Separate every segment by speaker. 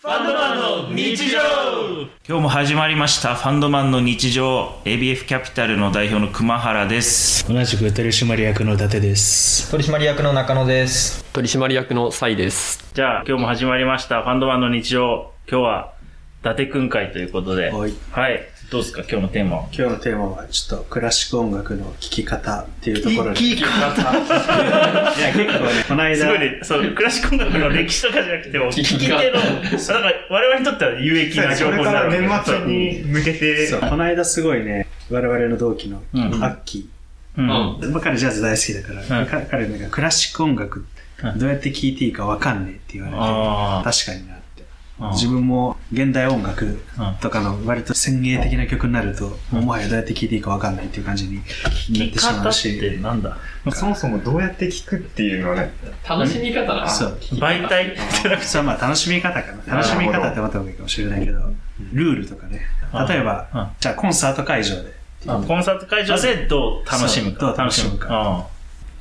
Speaker 1: ファンドマンの日常今日も始まりましたファンドマンの日常 ABF キャピタルの代表の熊原です
Speaker 2: 同じく取締役の伊達です
Speaker 3: 取締役の中野です
Speaker 4: 取締役のサイです
Speaker 1: じゃあ今日も始まりましたファンドマンの日常今日は伊達くん会ということで
Speaker 2: はい
Speaker 1: どうですか今日のテーマは
Speaker 2: 今日のテーマはちょっとクラシック音楽の聴き方っていうところで
Speaker 1: き方
Speaker 2: いや結構ねこの
Speaker 1: す
Speaker 2: 間
Speaker 1: ごいね、そのクラシック音楽の歴史とかじゃなくて も、聞き
Speaker 4: 聞き
Speaker 1: 手の、な
Speaker 4: 方
Speaker 1: んか我々にとっては有益
Speaker 2: そう
Speaker 1: な
Speaker 2: です
Speaker 1: 情報になる
Speaker 2: これから年末
Speaker 1: に向けて
Speaker 2: そうこの間すごいね我々の同期の
Speaker 1: うん
Speaker 2: アッキ
Speaker 1: うん。
Speaker 4: うん
Speaker 2: ー、彼ジャズ大好きだから、
Speaker 1: うん
Speaker 2: か彼なんかクラシック音楽
Speaker 1: うん
Speaker 2: どうやって聴いていいかわかんねえって言われ
Speaker 1: あ
Speaker 2: て確かになって
Speaker 1: うん
Speaker 2: 自分も現代音楽とかの割と先鋭的な曲になると、
Speaker 1: うん
Speaker 2: もはやどうやって聴いていいかわかんないっていう感じにな
Speaker 1: 聞
Speaker 2: っ
Speaker 1: き
Speaker 2: てしま
Speaker 1: 方
Speaker 2: う
Speaker 1: っ
Speaker 2: して
Speaker 1: なんだ
Speaker 5: そもそもどうやって聞くっていうのはね、
Speaker 4: 楽しみ方な
Speaker 2: そう
Speaker 1: 媒体ってなくて
Speaker 2: そう、まあ楽しみ方かな。楽しみ方ってまた方がいいかもしれないけど、ルールとかね。例
Speaker 1: う
Speaker 2: え
Speaker 1: んうん
Speaker 2: ば、じゃあコンサート会場で。
Speaker 1: あコンサート会場でどう楽しむか。
Speaker 2: そうどう楽しむか
Speaker 1: あ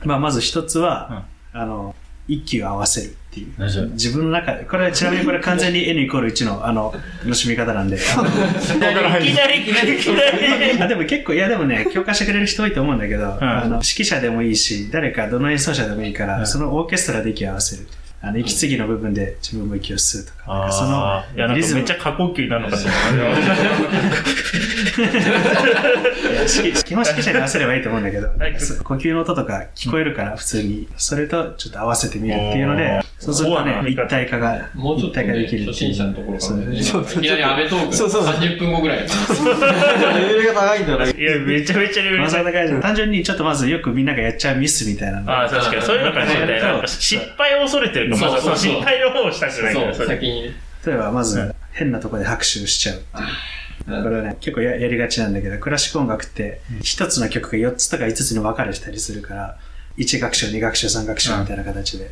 Speaker 2: まあまず一つは、あの、一級合わせるっていう。
Speaker 1: 何それ
Speaker 2: 自分の中で、これちなみにこれ完全に N イコール1の、あの、楽しみ 方なんで。
Speaker 1: あいきなり、いきなり、いきなり。
Speaker 2: あでも結構、いやでもね、共感してくれる人多いと思うんだけど、あの指揮者でもいいし、誰かどの演奏者でもいいから、
Speaker 1: うん
Speaker 2: そのオーケストラで息を合わせる。あの、息継ぎの部分で自分も息を吸うとか、なんかそ
Speaker 1: あーいや、な
Speaker 2: の
Speaker 1: ん
Speaker 2: リ
Speaker 1: か
Speaker 2: ズ
Speaker 1: めっ
Speaker 2: ム
Speaker 1: ちゃ過呼吸になるのかと思
Speaker 2: いや指揮基本指揮者に合わせればいいと思うんだけど、
Speaker 1: い
Speaker 2: なんかそう呼吸の音とか聞こえるから、普通に。それとちょっと合わせてみるっていうの
Speaker 1: お
Speaker 2: で
Speaker 1: ー、
Speaker 2: そうすると
Speaker 1: そうな
Speaker 2: ね
Speaker 1: の、
Speaker 2: 一体化が、
Speaker 4: もうちょ
Speaker 2: 一
Speaker 4: っと、
Speaker 2: 体化
Speaker 4: ね、
Speaker 2: できる
Speaker 4: 初心者のところからね。いき
Speaker 2: そう
Speaker 4: なり安倍トーク。
Speaker 5: そうそうそう
Speaker 4: 30分後ぐらい。
Speaker 5: レベルが高いんだね。
Speaker 1: う。いや、めちゃめちゃレベル
Speaker 2: まあそ
Speaker 1: 高
Speaker 2: れ
Speaker 1: い
Speaker 2: だから単純にちょっとまずよくみんながやっちゃうミスみたいなの。
Speaker 1: ああ、確かに。そういうのから知りたいな。なんか失敗を恐れてるから、まず
Speaker 4: そうそうそう
Speaker 1: 失敗の方をしたくないか
Speaker 4: そ
Speaker 1: ら、
Speaker 4: う、
Speaker 1: それ
Speaker 4: 先にね。
Speaker 2: 例えばまず、変なとこで拍手をしちゃうっていう。これはね、結構ややりがちなんだけど、クラシック音楽って、一つの曲が4つとか5つに分かれてたりするから、1楽章、2楽章、3楽章みたいな形で。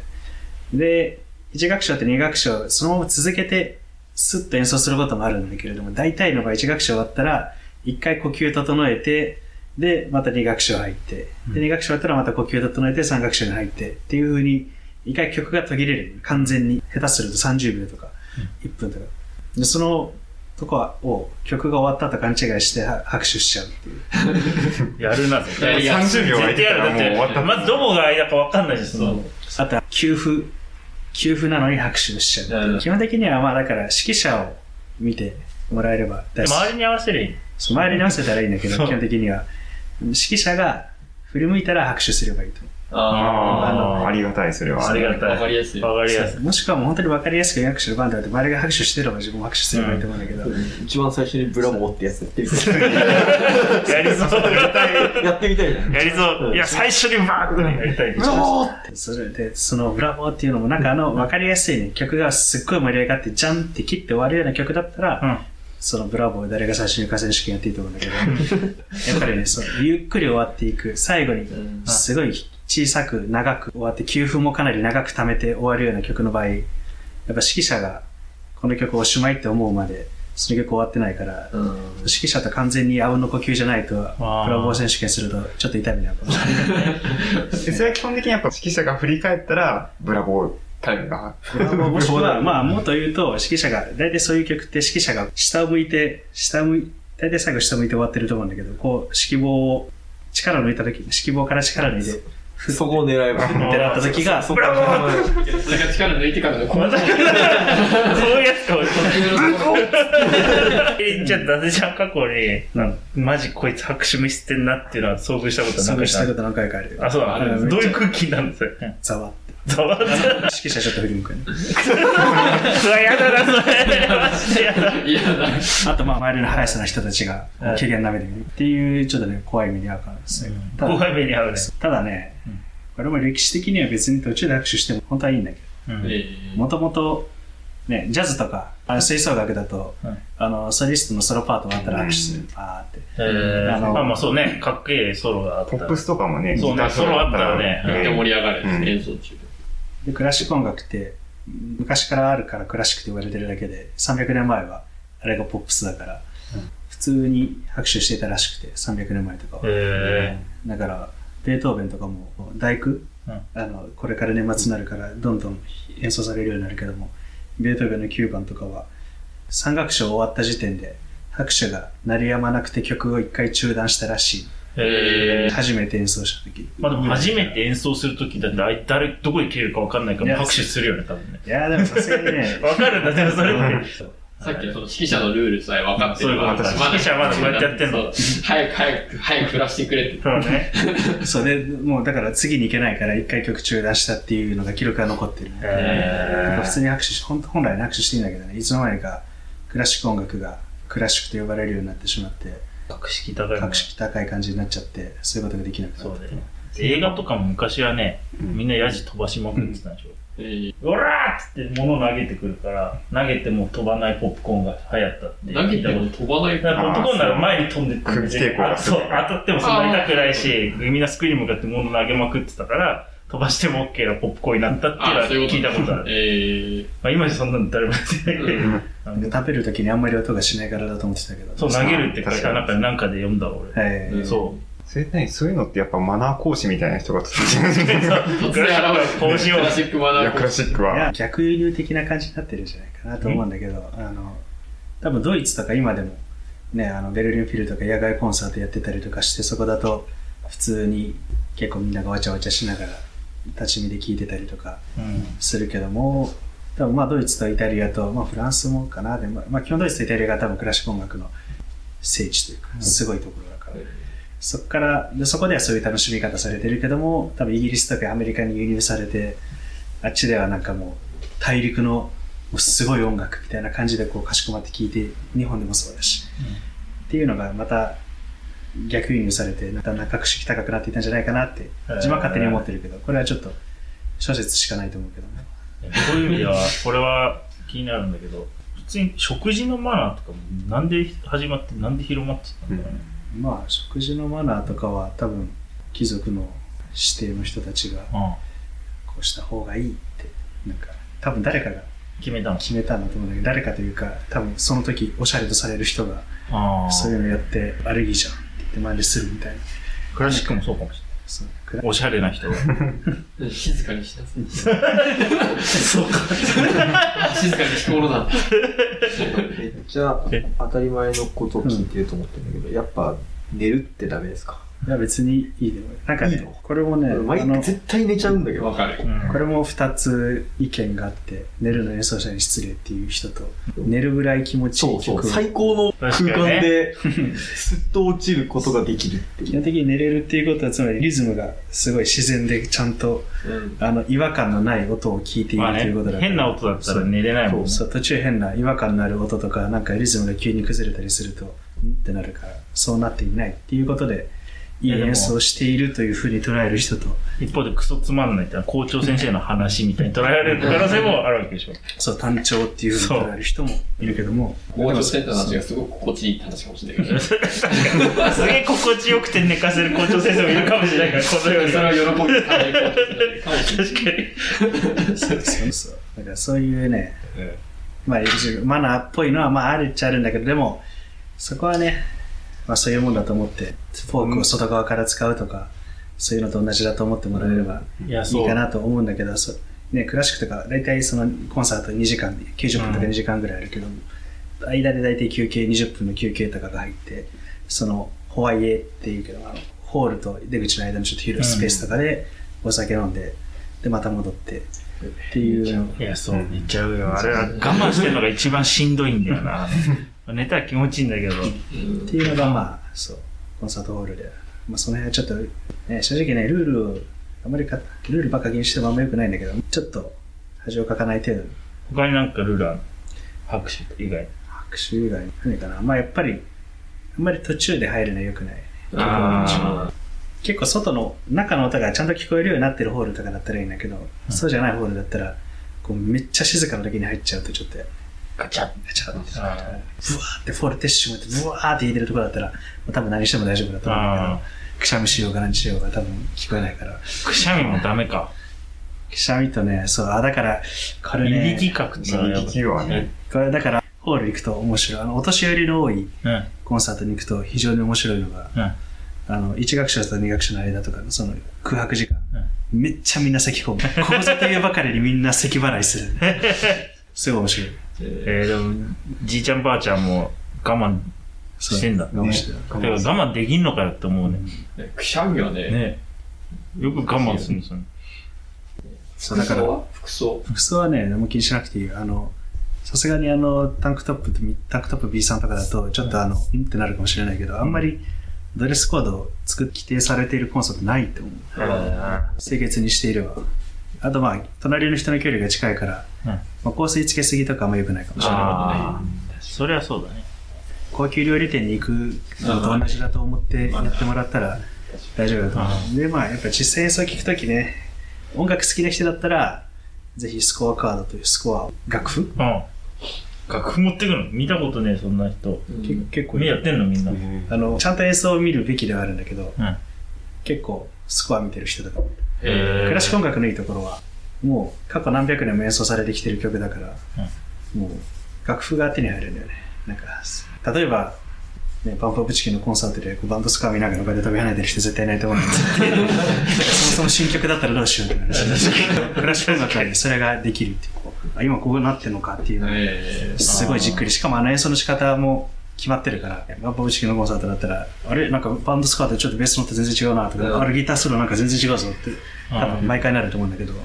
Speaker 2: で、1楽章と2楽章、そのまま続けて、スッと演奏することもあるんだけれども、大体の場合1楽章終わったら、1回呼吸整えて、で、また2楽章入って、で、2楽章終わったらまた呼吸整えて、3楽章に入って、っていう風に、一回曲が途切れる。完全に。下手すると30秒とか、1分とか。で、そのとこを、曲が終わったと勘違いしては拍手しちゃうっていう。
Speaker 1: やるな、
Speaker 4: やいや
Speaker 5: 30秒空い
Speaker 1: 絶
Speaker 5: て
Speaker 1: 対
Speaker 5: た
Speaker 1: やる。だっ
Speaker 5: らもう終わった
Speaker 1: て、。まずどこが間かわかんないし、そ
Speaker 4: そう
Speaker 1: の。。
Speaker 2: あとは、給付。給付なのに拍手をしちゃうっていう
Speaker 4: うん
Speaker 2: 基本的には、まあだから、指揮者を見てもらえれば
Speaker 1: で
Speaker 2: 大丈夫
Speaker 1: 周りに合わせるいい。
Speaker 2: そう周りに合わせたらいいんだけど、
Speaker 1: そう
Speaker 2: 基本的には。指揮者が振り向いたら拍手すればいいと。
Speaker 4: あ
Speaker 1: あー
Speaker 5: あありがたい、それは。
Speaker 1: ありが
Speaker 4: あ。
Speaker 1: たい。
Speaker 4: わかりやすい。
Speaker 1: わかりやすい。
Speaker 2: もしくはもう本当に分かりやすく拍手の番だって、周りが拍手してれば自分も拍手すればいいと思うんだけど、
Speaker 6: 一番最初にブラボーってやつやってみ
Speaker 1: や りそう。
Speaker 6: たい。やってみたいじ ゃん。
Speaker 1: やりそう。いや、最初にバーッとやりたい。
Speaker 6: ブラボーっ
Speaker 2: それで、そのブラボーっていうのも、なんかあの分かりやすいね、曲がすっごい盛り上がって、ジャンって切って終わるような曲だったら、
Speaker 1: うん
Speaker 2: そのブラボーを誰が最初に河川試験やっていいと思うんだけど、 やっぱりね、そのゆっくり終わっていく、最後に
Speaker 4: ん
Speaker 2: すごい小さく長く終わって、給付もかなり長く貯めて終わるような曲の場合、やっぱ指揮者がこの曲おしまいって思うまで、その曲終わってないから、
Speaker 4: うん
Speaker 2: 指揮者と完全にあうんの呼吸じゃないと、ブラ
Speaker 1: ー
Speaker 2: ボー選手権するとちょっと痛みになるかもしれない。
Speaker 5: それは基本的にやっぱ指揮者が振り返ったら、ブラボータイムが。
Speaker 2: もし くは、まあ、もっと言うと、指揮者が、大体そういう曲って指揮者が下を向いて、下を向い、大体最後下向いて終わってると思うんだけど、こう、指揮棒を、力を抜いた時に、指揮棒から力抜いて、って
Speaker 6: て。そこを狙えば。
Speaker 2: なった時が、
Speaker 6: ブラボー
Speaker 4: それが力抜いてからの、この先
Speaker 1: そういうやつか、俺。
Speaker 4: のところ。
Speaker 1: えじゃあ、伊達ちゃん過去に、
Speaker 2: うん。
Speaker 1: マジこいつ拍手ミスってんなっていうのは遭遇したことな
Speaker 2: 遭
Speaker 1: んか
Speaker 2: 遇
Speaker 1: し
Speaker 2: したこと何回かあるよ。
Speaker 1: あ、そうだ。
Speaker 2: ん
Speaker 1: どういう空気なんですよ。
Speaker 2: ざわっ
Speaker 1: ざわつ
Speaker 2: と。指揮者ちょっと振り向くよね。
Speaker 1: うわ、やだな、それ。マジでやだ。
Speaker 4: いやだ。
Speaker 2: あと、まあ、周りのハイスな人たちが、
Speaker 1: うん
Speaker 2: 機嫌なめてみるっていう、ちょっとね、怖い目に遭うからですね。ただ
Speaker 1: 怖い目に遭うね。
Speaker 2: ただね、これも歴史的には別に途中で握手しても本当はいいんだけど、
Speaker 4: え
Speaker 2: もともと、ね、ジャズとか、あの吹奏楽だと、
Speaker 1: うん
Speaker 2: あの、ソリストのソロパートがあったら握手する。あーって。
Speaker 1: えー、
Speaker 2: あの
Speaker 1: まあまあそうね、かっけえソロがあった
Speaker 5: ポップスとかもね、
Speaker 1: そうね
Speaker 5: ギター
Speaker 1: ソロあったら
Speaker 4: ーめっちゃ盛り上が
Speaker 5: うん
Speaker 4: る。演奏中。
Speaker 2: で、クラシック音楽って、昔からあるからクラシックと言われてるだけで、300年前は、あれがポップスだから、普通に拍手してたらしくて、300年前とかは。
Speaker 1: え
Speaker 2: だから、ベートーベンとかも、大工、
Speaker 1: うん
Speaker 2: あの、これから年末になるから、どんどん演奏されるようになるけども、ベートーベンの9番とかは、三楽章終わった時点で、拍手が鳴り止まなくて曲を一回中断したらし
Speaker 1: えー
Speaker 2: い。初めて演奏した時。
Speaker 1: まあでも初めて演奏するときだってあい、誰、どこで切れるかわかんないから拍手するよね、多分ね。、
Speaker 2: いやーでもさすがにね
Speaker 1: わかるんだ、でもそれって。
Speaker 4: さっきのその指揮者のルールさえ分かってれば、
Speaker 1: そういうことだ指揮者はまだこうやってやってんの
Speaker 4: そう早く早く、早く振らせてくれって。
Speaker 1: そうね。
Speaker 2: それ、もうだから次に行けないから一回曲中断したっていうのが記録が残ってるね。なん
Speaker 1: え
Speaker 2: か普通に拍手し、本本来の拍手していいんだけどね、いつの間にかクラシック音楽がクラシックと呼ばれるようになってしまって、
Speaker 1: ー、格式高いもん
Speaker 2: 格式高い感じになっちゃって、そういうことができなくな
Speaker 1: そう
Speaker 2: っ
Speaker 1: だ
Speaker 2: た
Speaker 1: よね。映画とかも昔はね、みんなヤジ飛ばしまくってたでしょ。
Speaker 4: えー
Speaker 1: うらーっつって物投げてくるから、投げても飛ばないポップコーンが流行ったって
Speaker 4: 投げ
Speaker 1: 聞い
Speaker 4: て
Speaker 1: たこと
Speaker 4: も飛ばない
Speaker 1: だからポップコーンなら前に飛んでって
Speaker 5: 首抵抗がす
Speaker 1: そ
Speaker 5: ご
Speaker 1: う
Speaker 5: い
Speaker 1: 当たってもそんなに痛くないしみんなスクリーンに向かって物投げまくってたから飛ばしても OK なポップコーンになったって
Speaker 4: ああ、そう
Speaker 1: いう
Speaker 4: い
Speaker 1: の
Speaker 4: う
Speaker 1: は
Speaker 4: こと
Speaker 1: 聞いたことある、
Speaker 4: え
Speaker 1: まあ、今じゃそんなの誰もやってないけど、
Speaker 2: で食べるときにあんまり音がしないからだと思ってたけど。
Speaker 1: そう投げるって確かなんかなんかで読んだわ俺、
Speaker 2: はい。
Speaker 4: うん
Speaker 1: そ
Speaker 5: それ何そういうのってやっぱマナー講師みたいな人が突 然
Speaker 1: う
Speaker 4: ー、突
Speaker 1: グラ
Speaker 4: 然
Speaker 1: フ
Speaker 4: 現れ
Speaker 1: こ
Speaker 4: る。
Speaker 1: うしよ
Speaker 4: ク
Speaker 1: う
Speaker 4: ラシックマナ
Speaker 5: い
Speaker 4: ー
Speaker 5: やクラシック
Speaker 2: いや
Speaker 5: は
Speaker 2: 逆輸入的な感じになってるんじゃないかなと思うんだけど、あの、多分ドイツとか今でも、ね、あのベルリンフィルとか野外コンサートやってたりとかして、そこだと普通に結構みんながわちゃわちゃしながら立ち見で聴いてたりとか
Speaker 1: うん
Speaker 2: するけども、多分まあドイツとイタリアと、まあフランスもかな、でも、まあ基本ドイツとイタリアが多分クラシック音楽の聖地というか、すごいところだから。そこから、でそこではそういう楽しみ方されてるけども、多分イギリスとかアメリカに輸入されて、あっちではなんかもう大陸のもうすごい音楽みたいな感じでこうかしこまって聴いて、日本でもそうだし、っていうのがまた逆輸入されて、だんだん格式高くなっていたんじゃないかなって、自分は勝手に思ってるけど、これはちょっと諸説しかないと思うけどね。
Speaker 1: そういう意味ではこれは気になるんだけど普通に食事のマナーとかもなんで始まってなんで広まってたんだろうね、
Speaker 2: まあ食事のマナーとかは多分貴族の指定の人たちが
Speaker 1: うん
Speaker 2: こうした方がいいって、なんか多分誰かが
Speaker 1: 決めたの
Speaker 2: 決めたんだと思うんだけど、誰かというか、多分その時おしゃれとされる人が、
Speaker 1: ああ
Speaker 2: そういうのやって、悪いじゃんって言って真似するみたいな。
Speaker 1: クラシックもそうかもしれな
Speaker 2: そうクラ
Speaker 1: いおしゃれな人が
Speaker 4: うん静かにしなさい。
Speaker 1: そうか。
Speaker 4: 静かに聞くものなんだ。
Speaker 6: めっちゃ当たり前のことを聞いてると思ってるんだけど、やっぱ寝るってダメですか
Speaker 2: いや別にいいでもなんか
Speaker 6: いい
Speaker 2: ね
Speaker 6: の、
Speaker 2: これもね、
Speaker 6: 毎
Speaker 2: あ
Speaker 6: 回
Speaker 2: の、
Speaker 6: 絶対寝ちゃうんだけど
Speaker 4: わ。かる。
Speaker 2: これも2つ意見があって、寝るの演奏者に失礼っていう人と、寝るぐらい気持ちい
Speaker 6: そ
Speaker 2: いう
Speaker 6: そう。
Speaker 2: 曲を
Speaker 6: 最高の空
Speaker 1: 確かに
Speaker 6: 間で、すっと落ちることができるって
Speaker 2: 基
Speaker 6: いう。
Speaker 2: 本的に寝れるっていうことは、つまりリズムがすごい自然でちゃんと、
Speaker 6: うん
Speaker 2: あの、違和感のない音を聞いている
Speaker 1: まあ
Speaker 2: と
Speaker 1: ね
Speaker 2: いうことだ、から
Speaker 1: 変な音だったら寝れないもんね。
Speaker 2: そう途中変な違和感のある音とかなんかリズムが急に崩れたりするとんってなるからそうなっていないっていうことでいい
Speaker 1: やでも
Speaker 2: 演奏をしているというふうに捉える人と
Speaker 1: 一方でクソつまんないってのは校長先生の話みたいに捉えられる可能性もあるわけでしょ。
Speaker 2: そう単調っていうふうに捉える人もいるけども
Speaker 4: 校長先生の話がすごく心地いい話かもしれないけど、そ
Speaker 1: すげえ心地よくて寝かせる校長先生もいるかもしれないから、このように。
Speaker 4: れは喜びに変えるかもしれない。
Speaker 1: 確かに。
Speaker 2: そうそうそうだからそういうね、まあ、マナーっぽいのはまああるっちゃあるんだけどでもそこはね、まあ、そういうもんだと思ってフォークを外側から使うとか、そういうのと同じだと思ってもらえれば、
Speaker 1: いや、
Speaker 2: い
Speaker 1: そ。
Speaker 2: いうかなと思うんだけど、そうね、クラシックとか、大体そのコンサート2時間で、90分とか2時間ぐらいあるけども、間で大体休憩、20分の休憩とかが入って、そのホワイエっていうけど、あのホールと出口の間のちょっと広いスペースとかでお酒飲んで、で、また戻ってっていうの
Speaker 1: いや、そう、寝ちゃうよ。あれは我慢してるのが一番しんどいんだよ な。寝たら気持ちいいんだけど。
Speaker 2: っていうのが、まあ、そう、コンサートホールで。まあ、その辺はちょっと、ね、正直ね、ルールを、あまりか、ルールばっか気にしてもあんま良くないんだけど、ちょっと恥をかかない程度に
Speaker 1: 他になんかルールある拍手以外。
Speaker 2: 拍手以外何かなまあやっぱりあんまり途中で入るのはよくない
Speaker 4: あ
Speaker 2: 結構外の中の音がちゃんと聞こえるようになってるホールとかだったらいいんだけど、そうじゃないホールだったらこうめっちゃ静かな時に入っちゃうとちょっと
Speaker 1: ガチャ
Speaker 2: ガチャって
Speaker 1: あー
Speaker 2: ブワーってフォルテッシュもやってブワーって言ってるところだったら多分何しても大丈夫だと思うんだ
Speaker 1: あ
Speaker 2: けどくしゃみしようが何しようが多分聞こえないから
Speaker 1: ー。くしゃみもダメか。
Speaker 2: くしゃみとねそうあだからこれ
Speaker 1: いび
Speaker 2: ね
Speaker 1: きかく
Speaker 5: 自
Speaker 1: つはやっ
Speaker 5: 力企業はね、
Speaker 2: これだからホール行くと面白いあのお年寄りの多い
Speaker 1: ぱ。うん。
Speaker 2: コンサートに行くと非常に面白いのが、
Speaker 1: うん
Speaker 2: あの1学章と2学章の間とかのその空白時間、
Speaker 1: う
Speaker 2: めっちゃみんな咳込むここぞというばかりにみんな咳払いするすごい面白い。
Speaker 1: えー、でも、じいちゃんばあちゃんも我慢してんだ。
Speaker 2: 我慢してる
Speaker 1: だから我慢できんのかよって思うね。
Speaker 4: ねくしゃみはね、
Speaker 1: ねよく我慢するんですよね。
Speaker 2: そう
Speaker 4: 服
Speaker 2: だから
Speaker 4: 装、は服装。
Speaker 2: 服装はね、何も気にしなくていいよ。あの、さすがにあの、タンクトップと、タンクトップ B さんとかだと、ちょっとあの、うんってなるかもしれないけど、あんまりドレスコードを作っ規定されているコンセプトないと思う。清潔にしていれば。あとまあ、隣の人の距離が近いから、
Speaker 1: うん
Speaker 2: まあ、香水つけすぎとかあんま良くないかもしれない。
Speaker 1: ああ、そりゃそうだね。
Speaker 2: 高級料理店に行くのと同じだと思ってやってもらったら大丈夫だと思う。で、まあ、やっぱ実際演奏聴くときね、音楽好きな人だったら、ぜひスコアカードというスコアを、楽譜
Speaker 1: うん。楽譜持ってくの見たことねえ、そんな人。
Speaker 2: け結構い
Speaker 1: み
Speaker 2: る
Speaker 1: やってんのみんな。
Speaker 2: あの、ちゃんと演奏を見るべきではあるんだけど、
Speaker 1: うん
Speaker 2: 結構スコア見てる人とか、
Speaker 1: え
Speaker 2: クラシック音楽のいいところは、もう過去何百年も演奏されてきてる曲だから、もう楽譜が手に入るんだよね。なんか、例えば、ね、バンプオブチキンのコンサートでこうバンドスコア見ながら場で飛び跳ねてる人絶対いないと思うんでなんかそもそも新曲だったらどうしようってなるし、クラシック音楽はねそれができるっていう、こうあ今こうなってるのかっていうのが
Speaker 4: えー
Speaker 2: すごいじっくり。しかもあの演奏の仕方も決まってるから、バンプオブチキンのコンサートだったら、あれなんかバンドスコアでちょっとベースの音全然違うなとか、
Speaker 4: うん
Speaker 2: あれギターソロなんか全然違うぞって、多分毎回なると思うんだけど、
Speaker 1: う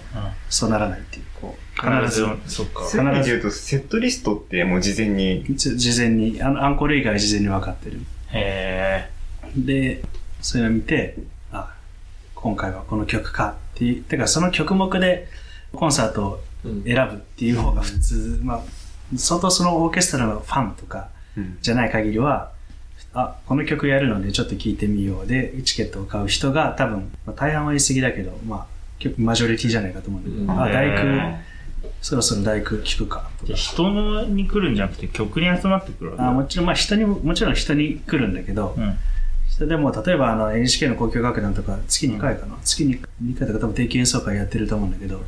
Speaker 2: そうならないっていう、こ
Speaker 1: ん
Speaker 2: う、必ず、、
Speaker 1: そっか。
Speaker 5: そういう意味で言うと、セットリストってもう事前に、
Speaker 2: ず事前に、あのアンコール以外は事前に分かってる。
Speaker 1: へ
Speaker 2: で、それを見て、あ、今回はこの曲かっていう、てかその曲目でコンサートを
Speaker 4: うん
Speaker 2: 選ぶっていう方が普通、まあ、相当そのオーケストラのファンとかじゃない限りは、あ、この曲やるのでちょっと聴いてみようで、チケットを買う人が多分、まあ、大半は言い過ぎだけど、まあ、結構マジョリティじゃないかと思うんだけど、
Speaker 4: うん
Speaker 2: あ、大工
Speaker 1: へ、
Speaker 2: そろそろ大工聴くかと
Speaker 1: え。じゃ
Speaker 2: か
Speaker 1: あ人のに来るんじゃなくて曲に集まってくるわけだ
Speaker 2: あもちろん、まあ人にも、もちろん人に来るんだけど、
Speaker 1: うん。
Speaker 2: 人でも、例えばあの NHK の交響楽団とか、月2回かな、月に2回とか多分定期演奏会やってると思うんだけど、
Speaker 1: ん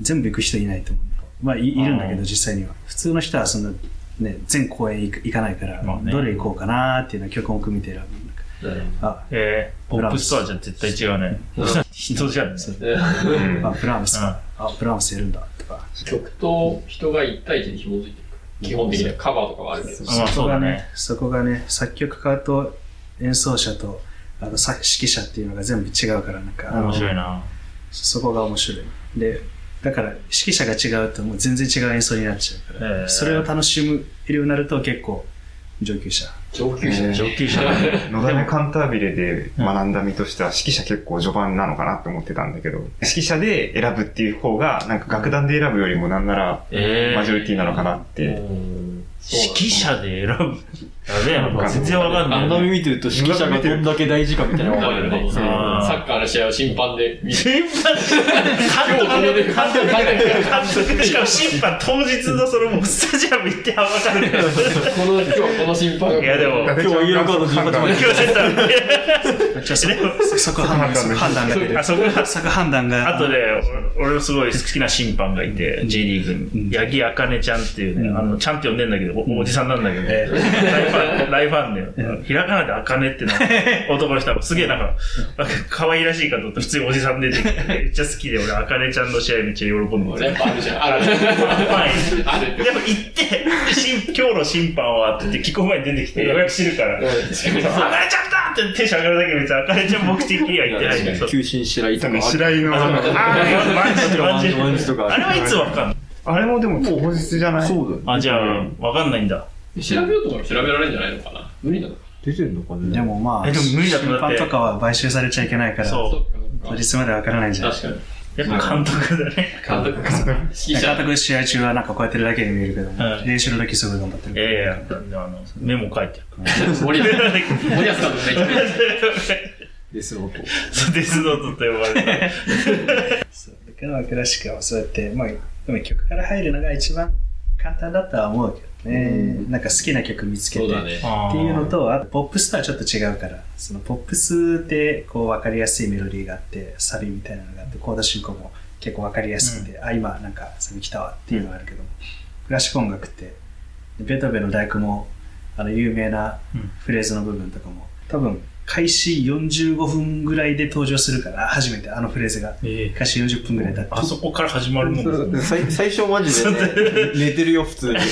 Speaker 2: 全部行く人いないと思う。まあい、いるんだけ
Speaker 1: あー
Speaker 2: ど、実際には。普通の人はそんな、ね、全公演行く行かないから、
Speaker 1: まあね
Speaker 2: どれ行こうかなーっていうのは曲目見て選ぶ。あ、
Speaker 1: えー、ポップスとはじゃ絶対違うね。人じゃね。
Speaker 2: そう
Speaker 4: えー
Speaker 5: うん
Speaker 2: あ、プラームスか。あ、プラームスやるんだ、とか。
Speaker 4: 曲と人が一対一に紐づいてるから基本的にはカバーとかはあるけど。
Speaker 1: あまあそうだね。
Speaker 2: そこがね、作曲家と演奏者と、あの、さ指揮者っていうのが全部違うから、なんか、あの
Speaker 1: 面白いな。
Speaker 2: そこが面白い。で、だから指揮者が違うともう全然違う演奏になっちゃうから、
Speaker 1: えー
Speaker 2: それを楽しむようになると結構上級者。
Speaker 4: 上級者
Speaker 5: えー
Speaker 1: 上級者だね。
Speaker 5: のだめカンタービレで学んだ身としては、指揮者結構序盤なのかなって思ってたんだけど、指揮者で選ぶっていう方が、なんか楽団で選ぶよりもなんなら、
Speaker 1: えー
Speaker 5: マジョリティなのかなって。
Speaker 4: うんそう
Speaker 1: 指揮者で選ぶ。やべえな、全然わかん
Speaker 4: あ
Speaker 1: ない。
Speaker 4: の
Speaker 6: 見てると指揮者がどんだけ大事かみたいなのが
Speaker 4: な
Speaker 6: 分
Speaker 4: んだ
Speaker 6: かる
Speaker 4: よね
Speaker 6: よね。
Speaker 4: サ
Speaker 1: あー
Speaker 4: ッカーの試合を審判 で見て
Speaker 1: 審判監督で監督でしかも審判当日のそのもうスタジアム行っては分かる けど
Speaker 4: この今日この審判が
Speaker 1: いやで も
Speaker 5: 伊達ちゃん
Speaker 6: 今日イエローカード18枚
Speaker 5: 判断
Speaker 1: 教えたら
Speaker 2: ちょそこそこ 判断そこ判断が出る
Speaker 1: あそこが
Speaker 2: そこ判断が。
Speaker 1: あとで俺俺のすごい好きな審判がいて J リーグに八木茜ちゃんっていうね、あのちゃんって呼んでんだけどおおじさんなんだけど、
Speaker 2: え
Speaker 1: 大ファン大ファンで、ひらがなで茜ってなんか男の人はすげえなんかなんか可愛らしいかと思ったら普通におじさん出てきてめっちゃ好きで俺茜ちゃんの試合めっちゃ喜んでて
Speaker 4: やっぱあるじゃんある
Speaker 1: はい
Speaker 4: ある
Speaker 1: でも行って、しん今日の審判はって言って、帰国前に出てきて予約してるから、あ
Speaker 4: うん
Speaker 1: かれちゃんだってテンション上がるだけど、別にあかれちゃん目的には行ってないんだけど。
Speaker 6: 急進白井と
Speaker 5: 多
Speaker 6: か。
Speaker 5: 分白井の、あ
Speaker 1: あー、マジでマジ
Speaker 6: ワンジ
Speaker 1: で。
Speaker 6: とか
Speaker 1: あれはいつわかんの
Speaker 5: あれもでも当日じゃない
Speaker 6: そうだよね。
Speaker 1: あ、じゃあ、わかんないんだ。
Speaker 4: 調べようと思えば調べられるんじゃないのかな無理なのか
Speaker 6: 出てんのかね。
Speaker 2: でもまあ、
Speaker 1: えでも無理だと
Speaker 2: 審
Speaker 1: 思って
Speaker 2: 判とかは買収されちゃいけないから、
Speaker 1: そう
Speaker 2: 当日までわからないんじゃない
Speaker 4: 確かに
Speaker 1: やっぱ監督だね。
Speaker 4: 監督か指揮
Speaker 2: 監
Speaker 4: 者
Speaker 2: 督試合中はなんかこうやってるだけに見えるけども、
Speaker 1: はい
Speaker 2: 練習の時すごい頑張ってる
Speaker 1: い。やいや、あの、メモ書いてるから。
Speaker 4: 森保森保監督めっちゃ
Speaker 6: ですよ、音。
Speaker 1: デスノートと呼ばれてる。
Speaker 2: そうだからクラシックはそうやって、まあ、でも曲から入るのが一番簡単だとは思うけどね、なんか好きな曲見つけ
Speaker 4: そ
Speaker 2: て
Speaker 4: うだね
Speaker 2: っていうのとあとポップスとはちょっと違うからそのポップスってこう分かりやすいメロディーがあってサビみたいなのがあってコード進行も結構分かりやすくて、あ今なんかサビ来たわっていうのがあるけどもクラシック音楽ってベートーベンの「第九もあの有名なフレーズの部分とかも多分開始45分ぐらいで登場するから、初めてあのフレーズが。
Speaker 1: ええ
Speaker 2: 開始40分ぐらい経って。
Speaker 1: あそこから始まるもんですね。
Speaker 6: 最最初マジでね、 寝てるよ、普通に。普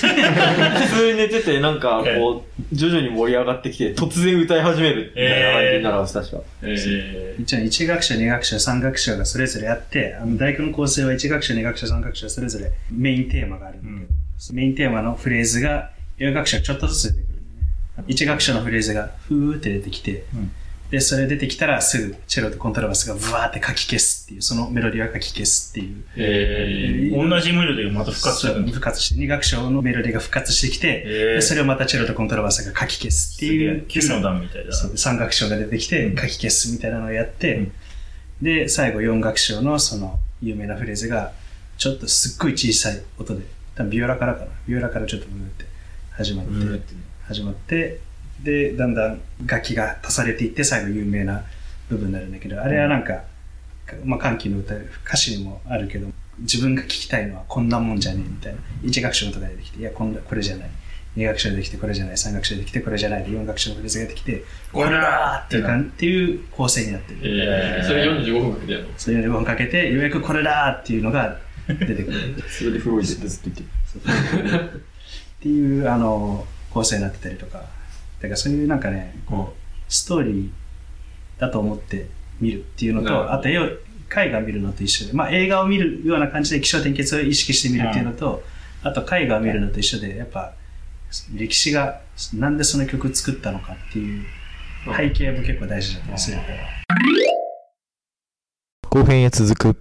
Speaker 6: 通に寝てて、なんかこう、徐々に盛り上がってきて、突然歌い始めるみたいな感じになるはず、確か。
Speaker 1: え
Speaker 2: 一応1学者、2学者、3学者がそれぞれあって、あの大工の構成は1学者、2学者、3学者それぞれメインテーマがあるんだけど、メインテーマのフレーズが4学者ちょっとずつ出てくるんだよね。1学者のフレーズがふーって出てきて、
Speaker 1: うん
Speaker 2: で、それ出てきたらすぐチェロとコントラバスがブワーって書き消すっていう、そのメロディーは書き消すっていう。
Speaker 1: え同じ無料でまた復活するん
Speaker 2: そう
Speaker 1: です
Speaker 2: 復活して、2学者のメロディーが復活してき
Speaker 1: へ
Speaker 2: て、
Speaker 1: ー
Speaker 2: でそれをまたチェロとコントラバスが書き消すっていう。
Speaker 1: 九の段みたいだな。
Speaker 2: そう三楽章が出てきて書き消すみたいなのをやって、
Speaker 1: うん
Speaker 2: で最後四楽章のその有名なフレーズがちょっとすっごい小さい音で多分ビオラからかなビオラからちょっとブーって始まって、始まってでだんだん楽器が足されていって最後有名な部分になるんだけどあれはなんか、まあ、歓喜の歌歌詞にもあるけど自分が聞きたいのはこんなもんじゃねえみたいな一楽章とか出てきていやこんなこれじゃない二楽章できてこれじゃない三楽章できてこれじゃないで四楽章のフレーズができて
Speaker 1: これだーっ
Speaker 2: って
Speaker 1: て
Speaker 2: いう
Speaker 1: な
Speaker 2: かんっていう構成になってる。
Speaker 4: えー、それ45分かけてやるの
Speaker 2: それで5分かけて、ようやくこれだーっていうのが出てくる。
Speaker 6: それでフロイデってずっと言ってる。
Speaker 2: っていう、あの、構成になってたりとか。だからそういうなんかね、こう、ストーリーだと思って見るっていうの
Speaker 4: なるほ
Speaker 2: と、
Speaker 4: ど
Speaker 2: あと絵を、絵画見るのと一緒で、まあ映画を見るような感じで気象転結を意識して見るっていうのと、あと絵画を見るのと一緒で、やっぱ、歴史が、なんでその曲作ったのかっていう背景も結構大事だったりするから。
Speaker 7: 後編へ続く